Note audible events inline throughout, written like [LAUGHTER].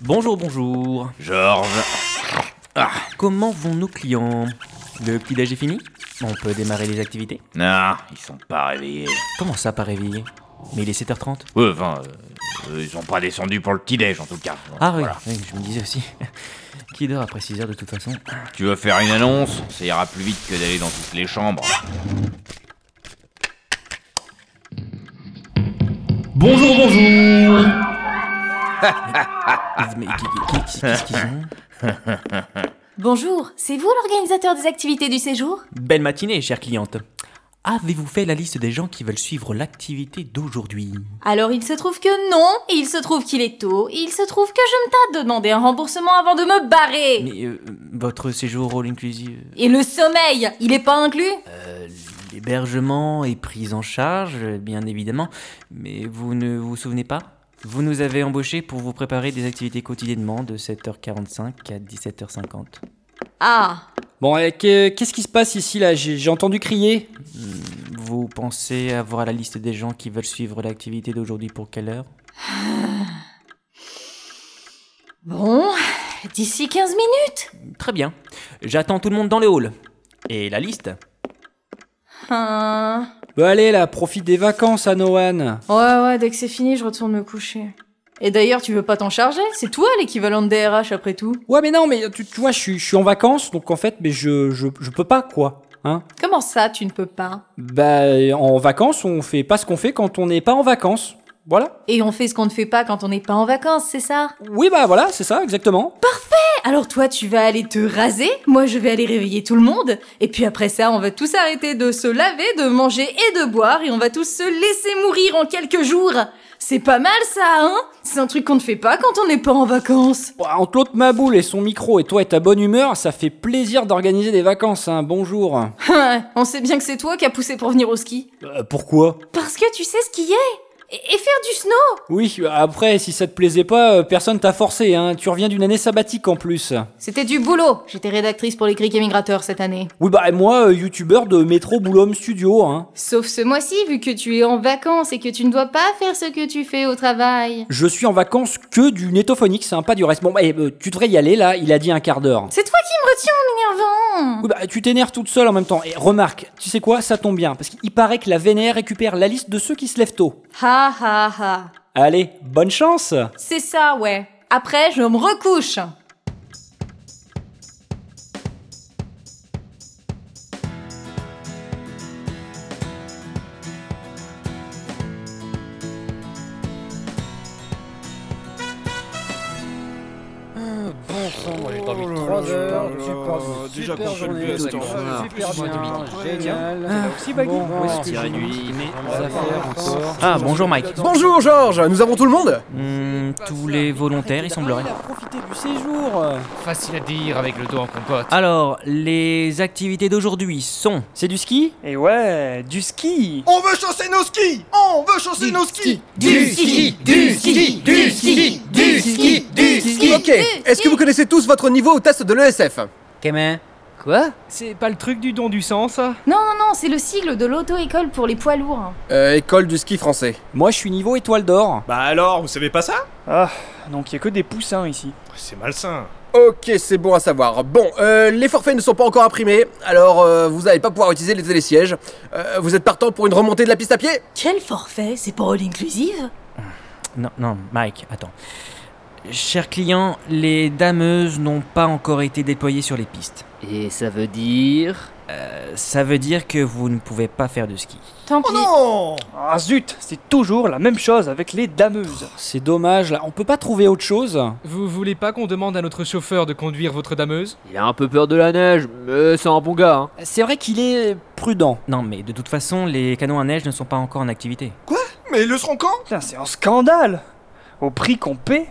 Bonjour, bonjour. Georges. Comment vont nos clients Le petit déj est fini On peut démarrer les activités Non, Ah, ils sont pas réveillés. Comment ça, pas réveillé Mais il est 7h30. Eux, enfin, euh, eux, ils sont pas descendus pour le petit-déj en tout cas. Donc, Ah oui, voilà. oui, je me disais aussi. [LAUGHS] Qui dort après 6h de toute façon Tu veux faire une annonce Ça ira plus vite que d'aller dans toutes les chambres. Bonjour, bonjour Mais qui- qui- qui- qu'est-ce qu'ils ont Bonjour, c'est vous l'organisateur des activités du séjour Belle matinée, chère cliente. Avez-vous fait la liste des gens qui veulent suivre l'activité d'aujourd'hui Alors il se trouve que non, il se trouve qu'il est tôt, il se trouve que je me tâte de demander un remboursement avant de me barrer Mais euh, votre séjour all inclusive, Et le sommeil, il est pas inclus euh, l'hébergement est pris en charge, euh, bien évidemment, mais vous ne vous souvenez pas Vous nous avez embauchés pour vous préparer des activités quotidiennement de 7h45 à 17h50. Ah, Bon, et que- qu'est-ce qui se passe ici, là J'ai j'ai entendu crier. Vous pensez avoir la liste des gens qui veulent suivre l'activité d'aujourd'hui pour quelle heure bon, d'ici 15 minutes Très bien. J'attends tout le monde dans le hall. Et la liste Hein. Bah allez, là, profite des vacances, Anoan Ouais, ouais, dès que c'est fini, je retourne me coucher. Et d'ailleurs, tu veux pas t'en charger C'est toi l'équivalent de DRH après tout. Ouais, mais non, mais tu, tu vois, je suis, je suis en vacances, donc en fait, mais je, je, je peux pas, quoi. Hein Comment ça, tu ne peux pas Bah, en vacances, on fait pas ce qu'on fait quand on n'est pas en vacances. Voilà. Et on fait ce qu'on ne fait pas quand on n'est pas en vacances, c'est ça Oui, bah voilà, c'est ça, exactement. Alors toi, tu vas aller te raser, moi je vais aller réveiller tout le monde, et puis après ça, on va tous arrêter de se laver, de manger et de boire, et on va tous se laisser mourir en quelques jours. C'est pas mal ça, hein C'est un truc qu'on ne fait pas quand on n'est pas en vacances. [LAUGHS] Ouah, Entre l'autre Bah, ma boule et son micro et toi et ta bonne humeur, ça fait plaisir d'organiser des vacances, hein. Bonjour. on sait bien que c'est toi qui as poussé pour venir au ski. Euh, pourquoi Parce que tu sais skier et, et faire du snow Oui, après, si ça te plaisait pas, euh, personne t'a forcé, hein. Tu reviens d'une année sabbatique en plus. C'était du boulot. J'étais rédactrice pour les Criques émigrateurs cette année. Oui, bah, et moi, euh, youtubeur de Métro Boulhomme Studio, hein. Sauf ce mois-ci, vu que tu es en vacances et que tu ne dois pas faire ce que tu fais au travail. Je suis en vacances que du Netophonix, hein, pas du reste. Bon, bah, eh, euh, tu devrais y aller, là, il a dit un quart d'heure. C'est toi qui me retiens en m'énervant Oui, bah, tu t'énerves toute seule en même temps. Et remarque, tu sais quoi, ça tombe bien, parce qu'il paraît que la VNR récupère la liste de ceux qui se lèvent tôt. Ha ha ha. Allez, bonne chance C'est ça, ouais. Après, je me recouche. Oh Euh, Déjà qu'on fait le journée, best, tout hein. à l'heure. Super bien, génial. Bon, où est-ce que tiré du lit, mais ça fait encore Ah, bonjour Mike. Bonjour Georges, nous avons tout le monde Hmm, tous les volontaires, il semblerait. profiter du séjour Facile à dire avec le dos en compote. Alors, les activités d'aujourd'hui sont C'est du ski Et ouais, du ski On veut chausser nos skis On veut chausser nos skis Du ski Du ski Du ski Du ski Du ski Ok, est-ce que vous connaissez tous votre niveau au test de l'ESF C'est pas le truc du don du sang, ça Non, non, non, c'est le sigle de l'auto-école pour les poids lourds. euh, École du ski français. Moi, je suis niveau étoile d'or. Bah alors, vous savez pas ça Ah, donc y a que des poussins ici. C'est malsain. Ok, c'est bon à savoir. Bon, euh, les forfaits ne sont pas encore imprimés, alors euh, vous n'allez pas pouvoir utiliser les télésièges. Euh, vous êtes partant pour une remontée de la piste à pied Quel forfait C'est pas all inclusive Non, non, Mike, attends. Chers clients, les dameuses n'ont pas encore été déployées sur les pistes. Et ça veut dire Euh, Ça veut dire que vous ne pouvez pas faire de ski. Tant pis. Non Ah zut, c'est toujours la même chose avec les dameuses. C'est dommage, là. On peut pas trouver autre chose Vous voulez pas qu'on demande à notre chauffeur de conduire votre dameuse Il a un peu peur de la neige, mais c'est un bon gars. Hein. C'est vrai qu'il est prudent. Non, mais de toute façon, les canons à neige ne sont pas encore en activité. Mais ils le seront quand Putain, c'est un scandale Au prix qu'on paie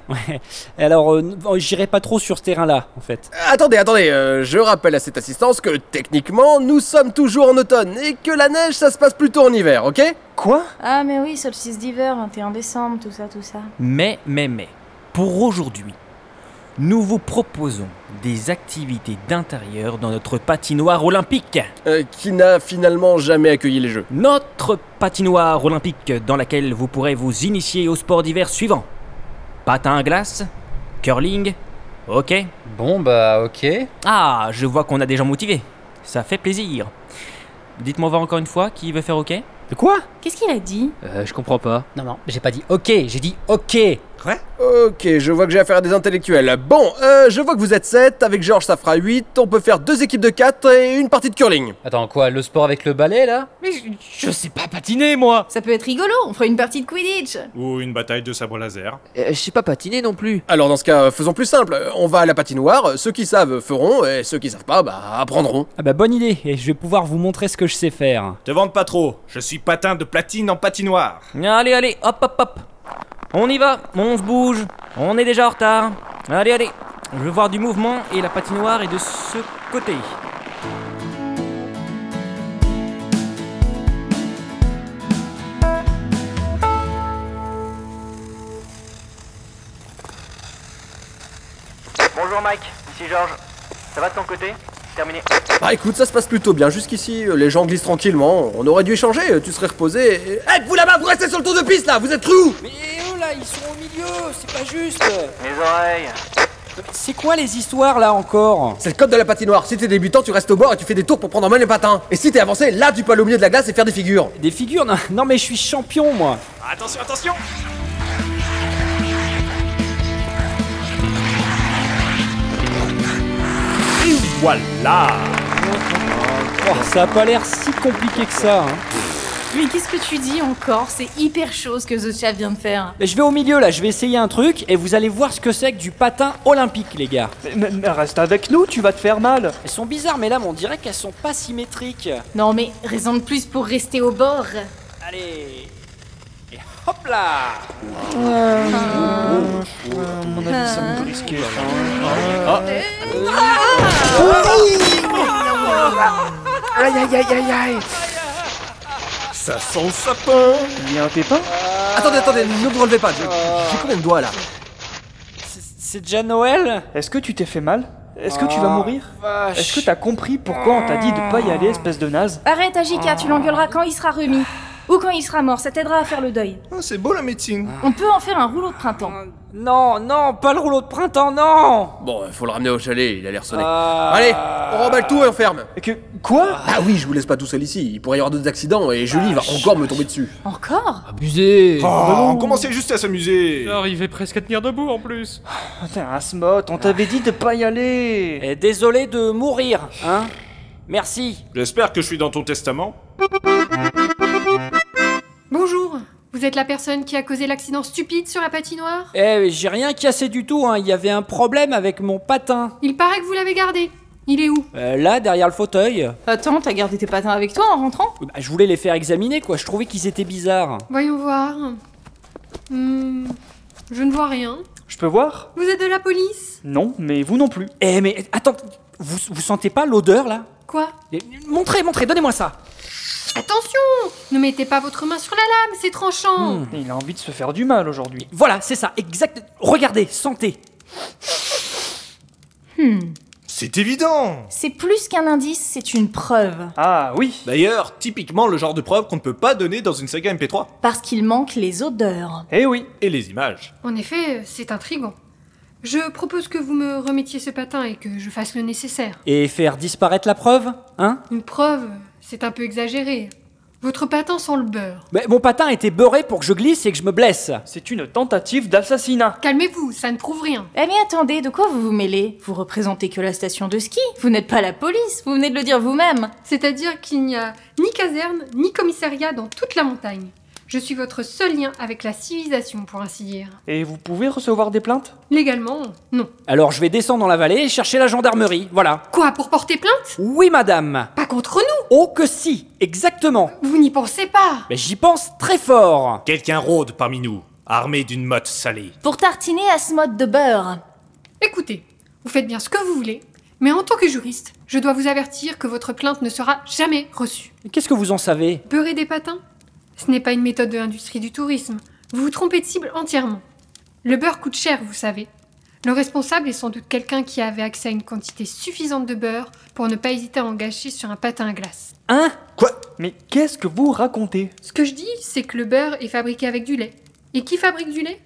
Alors, euh, j'irai pas trop sur ce terrain-là, en fait. Attendez, attendez, euh, je rappelle à cette assistance que techniquement, nous sommes toujours en automne et que la neige, ça se passe plutôt en hiver, ok Quoi Ah, mais oui, sur le 6 d'hiver, 21 décembre, tout ça, tout ça. Mais, mais, mais, pour aujourd'hui, nous vous proposons des activités d'intérieur dans notre patinoire olympique. Euh, Qui n'a finalement jamais accueilli les jeux. Notre patinoire olympique dans laquelle vous pourrez vous initier aux sports d'hiver suivants. Patin à glace, curling, ok Bon, bah, ok. Ah, je vois qu'on a des gens motivés. Ça fait plaisir. Dites-moi voir encore une fois qui veut faire ok De quoi Qu'est-ce qu'il a dit Euh, je comprends pas. Non, non, j'ai pas dit ok, j'ai dit ok. Ok, je vois que j'ai affaire à des intellectuels. Bon, euh, je vois que vous êtes 7, avec Georges ça fera 8, on peut faire deux équipes de 4 et une partie de curling. Attends, quoi, le sport avec le balai là Mais je, je sais pas patiner, moi Ça peut être rigolo, on fera une partie de Quidditch. Ou une bataille de sabre laser. Euh, je sais pas patiner non plus. Alors dans ce cas, euh, faisons plus simple, euh, on va à la patinoire, ceux qui savent feront, et ceux qui savent pas, bah apprendront. Ah bah bonne idée, et je vais pouvoir vous montrer ce que je sais faire. Te vante pas trop, je suis patin de platine en patinoire. Allez, allez, hop, hop, hop. On y va, on se bouge. On est déjà en retard. Allez, allez. Je veux voir du mouvement et la patinoire est de ce côté. Bonjour Mike, ici Georges. Ça va de ton côté Terminé. Bah écoute, ça se passe plutôt bien jusqu'ici, euh, les gens glissent tranquillement, on aurait dû échanger, euh, tu serais reposé et... Eh, vous là-bas, vous restez sur le tour de piste là, vous êtes cru où Mais oh là, ils sont au milieu, c'est pas juste Mes oreilles. C'est quoi les histoires là encore C'est le code de la patinoire, si t'es débutant, tu restes au bord et tu fais des tours pour prendre en main les patins. Et si t'es avancé, là tu peux aller au milieu de la glace et faire des figures. Des figures non, non mais je suis champion moi Attention, attention Et voilà Oh, Ça a pas l'air si compliqué que ça hein. Mais qu'est-ce que tu dis encore C'est hyper chaud ce que The Chat vient de faire. Mais Je vais au milieu là, je vais essayer un truc et vous allez voir ce que c'est que du patin olympique les gars. mais, mais reste avec nous, tu vas te faire mal Elles sont bizarres mais là mais on dirait qu'elles sont pas symétriques. Non mais raison de plus pour rester au bord. Allez Et hop là Aïe aïe aïe aïe aïe Ça sent le sapin Il y a un pépin Attendez, attendez, ne vous relevez pas, j'ai j'ai combien de doigts là C'est c'est déjà Noël Est-ce que tu t'es fait mal Est-ce que tu vas Ah, mourir vache. Est-ce que t'as compris pourquoi on t'a dit de pas y aller, espèce de naze Arrête Ajika, Ah. tu l'engueuleras quand il sera remis. Ou quand il sera mort, ça t'aidera à faire le deuil. Oh, C'est beau la médecine. On peut en faire un rouleau de printemps. Non, non, pas le rouleau de printemps, non Bon, euh, faut le ramener au chalet, il a l'air sonné. Ah. Allez, on remballe tout et on ferme. Que... Quoi Ah oui, je vous laisse pas tout seul ici, il pourrait y avoir d'autres accidents et Julie va encore me tomber dessus. Encore Abusé. Oh, commencez juste à s'amuser J'arrivais presque à tenir debout en plus. Ah. Putain, Asmod, on t'avait dit de pas y aller Eh, Désolé de mourir, hein Merci J'espère que je suis dans ton testament. Bonjour Vous êtes la personne qui a causé l'accident stupide sur la patinoire Eh, j'ai rien cassé du tout, hein. il y avait un problème avec mon patin. Il paraît que vous l'avez gardé. Il est où Euh, là, derrière le fauteuil, Attends, t'as gardé tes patins avec toi en rentrant bah, je voulais les faire examiner, quoi, je trouvais qu'ils étaient bizarres. Voyons voir. Hmm, je ne vois rien. Je peux voir Vous êtes de la police Non, mais vous non plus. Eh, mais attends, vous, vous sentez pas l'odeur, là Quoi Eh, Montrez, montrez, donnez-moi ça Attention Ne mettez pas votre main sur la lame, c'est tranchant Hmm. Il a envie de se faire du mal aujourd'hui. Voilà, c'est ça, exact. Regardez, sentez. C'est évident C'est plus qu'un indice, c'est une preuve. Ah oui D'ailleurs, typiquement le genre de preuve qu'on ne peut pas donner dans une saga MP3. Parce qu'il manque les odeurs. Eh oui Et les images. En effet, c'est intrigant. Je propose que vous me remettiez ce patin et que je fasse le nécessaire. Et faire disparaître la preuve, hein Une preuve, c'est un peu exagéré. Votre patin sent le beurre. Mais mon patin était beurré pour que je glisse et que je me blesse. C'est une tentative d'assassinat Calmez-vous, ça ne prouve rien. Eh mais attendez, de quoi vous vous mêlez Vous représentez que la station de ski Vous n'êtes pas la police, vous venez de le dire vous-même. C'est-à-dire qu'il n'y a ni caserne, ni commissariat dans toute la montagne. Je suis votre seul lien avec la civilisation, pour ainsi dire. Et vous pouvez recevoir des plaintes Légalement, non. Alors je vais descendre dans la vallée et chercher la gendarmerie, voilà. Quoi, pour porter plainte Oui, madame. Pas contre nous Oh que si, exactement. Vous n'y pensez pas Mais j'y pense très fort. Quelqu'un rôde parmi nous, armé d'une motte salée. Pour tartiner à ce mode de beurre. Écoutez, vous faites bien ce que vous voulez, mais en tant que juriste, je dois vous avertir que votre plainte ne sera jamais reçue. Mais Qu'est-ce que vous en savez Beurrer des patins Ce n'est pas une méthode de l'industrie du tourisme. Vous vous trompez de cible entièrement. Le beurre coûte cher, vous savez. Le responsable est sans doute quelqu'un qui avait accès à une quantité suffisante de beurre pour ne pas hésiter à en gâcher sur un patin à glace. Hein Mais qu'est-ce que vous racontez Ce que je dis, c'est que le beurre est fabriqué avec du lait. Et qui fabrique du lait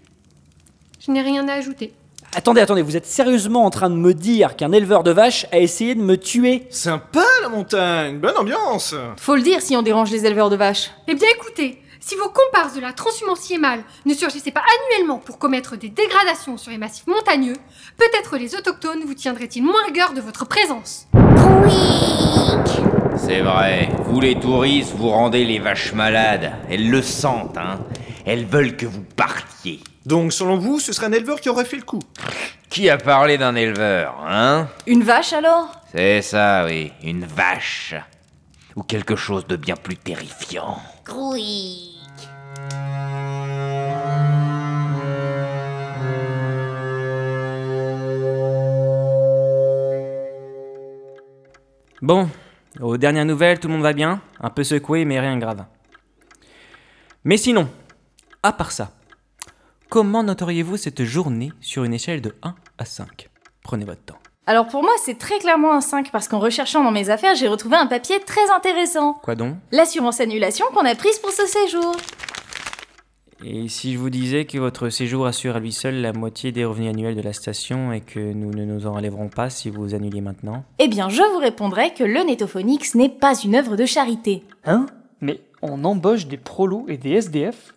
Je n'ai rien à ajouter. Attendez, attendez, vous êtes sérieusement en train de me dire qu'un éleveur de vaches a essayé de me tuer Sympa la montagne, bonne ambiance Faut le dire si on dérange les éleveurs de vaches. Eh bien écoutez, si vos comparses de la transhumance mâle ne surgissaient pas annuellement pour commettre des dégradations sur les massifs montagneux, peut-être les autochtones vous tiendraient-ils moins rigueur de votre présence. C'est vrai, vous les touristes, vous rendez les vaches malades. Elles le sentent, hein. Elles veulent que vous partiez. Donc selon vous, ce serait un éleveur qui aurait fait le coup Qui a parlé d'un éleveur, hein Une vache alors C'est ça, oui, une vache. Ou quelque chose de bien plus terrifiant. Bon, aux dernières nouvelles, tout le monde va bien. Un peu secoué, mais rien de grave. Mais sinon, à part ça, comment noteriez-vous cette journée sur une échelle de 1 à 5 Prenez votre temps. Alors pour moi, c'est très clairement un 5 parce qu'en recherchant dans mes affaires, j'ai retrouvé un papier très intéressant. Quoi donc L'assurance annulation qu'on a prise pour ce séjour. Et si je vous disais que votre séjour assure à lui seul la moitié des revenus annuels de la station et que nous ne nous en relèverons pas si vous annulez maintenant Eh bien, je vous répondrai que le Netophonix n'est pas une œuvre de charité. Hein Mais on embauche des prolos et des SDF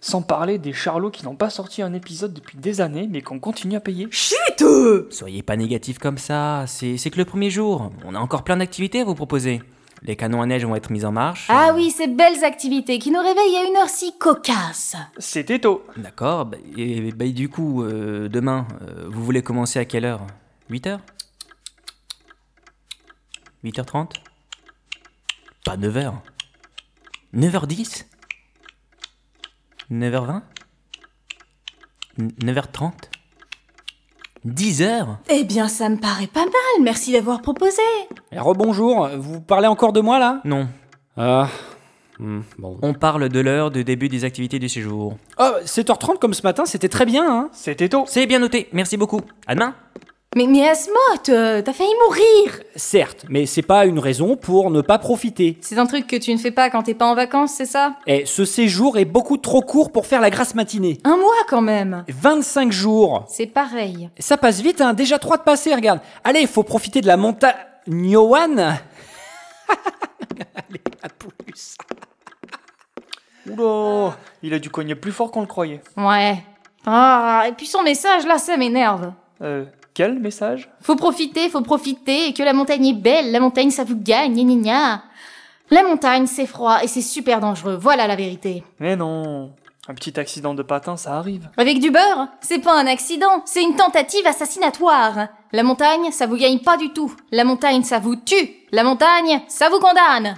Sans parler des charlots qui n'ont pas sorti un épisode depuis des années mais qu'on continue à payer. Chut Soyez pas négatif comme ça, c'est c'est que le premier jour. On a encore plein d'activités à vous proposer. Les canons à neige vont être mis en marche. Ah oui, ces belles activités qui nous réveillent à une heure si cocasse. C'était tôt. D'accord, bah, et bah, du coup, euh, demain, euh, vous voulez commencer à quelle heure 8h 8h30 Pas 9h 9h10 9h20 9h30 10h Eh bien, ça me paraît pas mal, merci d'avoir proposé. Eh, Rebonjour, vous parlez encore de moi là Non. Ah. On parle de l'heure de début des activités du séjour. Oh, 7h30 comme ce matin, c'était très bien, hein C'était tôt. C'est bien noté, merci beaucoup. À demain Mais, mais Asmoth, euh, t'as failli mourir Certes, mais c'est pas une raison pour ne pas profiter. C'est un truc que tu ne fais pas quand t'es pas en vacances, c'est ça Et ce séjour est beaucoup trop court pour faire la grasse matinée. Un mois quand même 25 jours C'est pareil. Ça passe vite, hein Déjà 3 de passé, regarde Allez, il faut profiter de la montagne... Nyoan Oula, il a dû cogner plus fort qu'on le croyait. Ouais. Ah, et puis son message là, ça m'énerve. Euh, quel message Faut profiter, faut profiter, et que la montagne est belle, la montagne ça vous gagne, gna gna gna. La montagne c'est froid et c'est super dangereux, voilà la vérité. Mais non, un petit accident de patin, ça arrive. Avec du beurre, c'est pas un accident, c'est une tentative assassinatoire. La montagne ça vous gagne pas du tout, la montagne ça vous tue, la montagne ça vous condamne.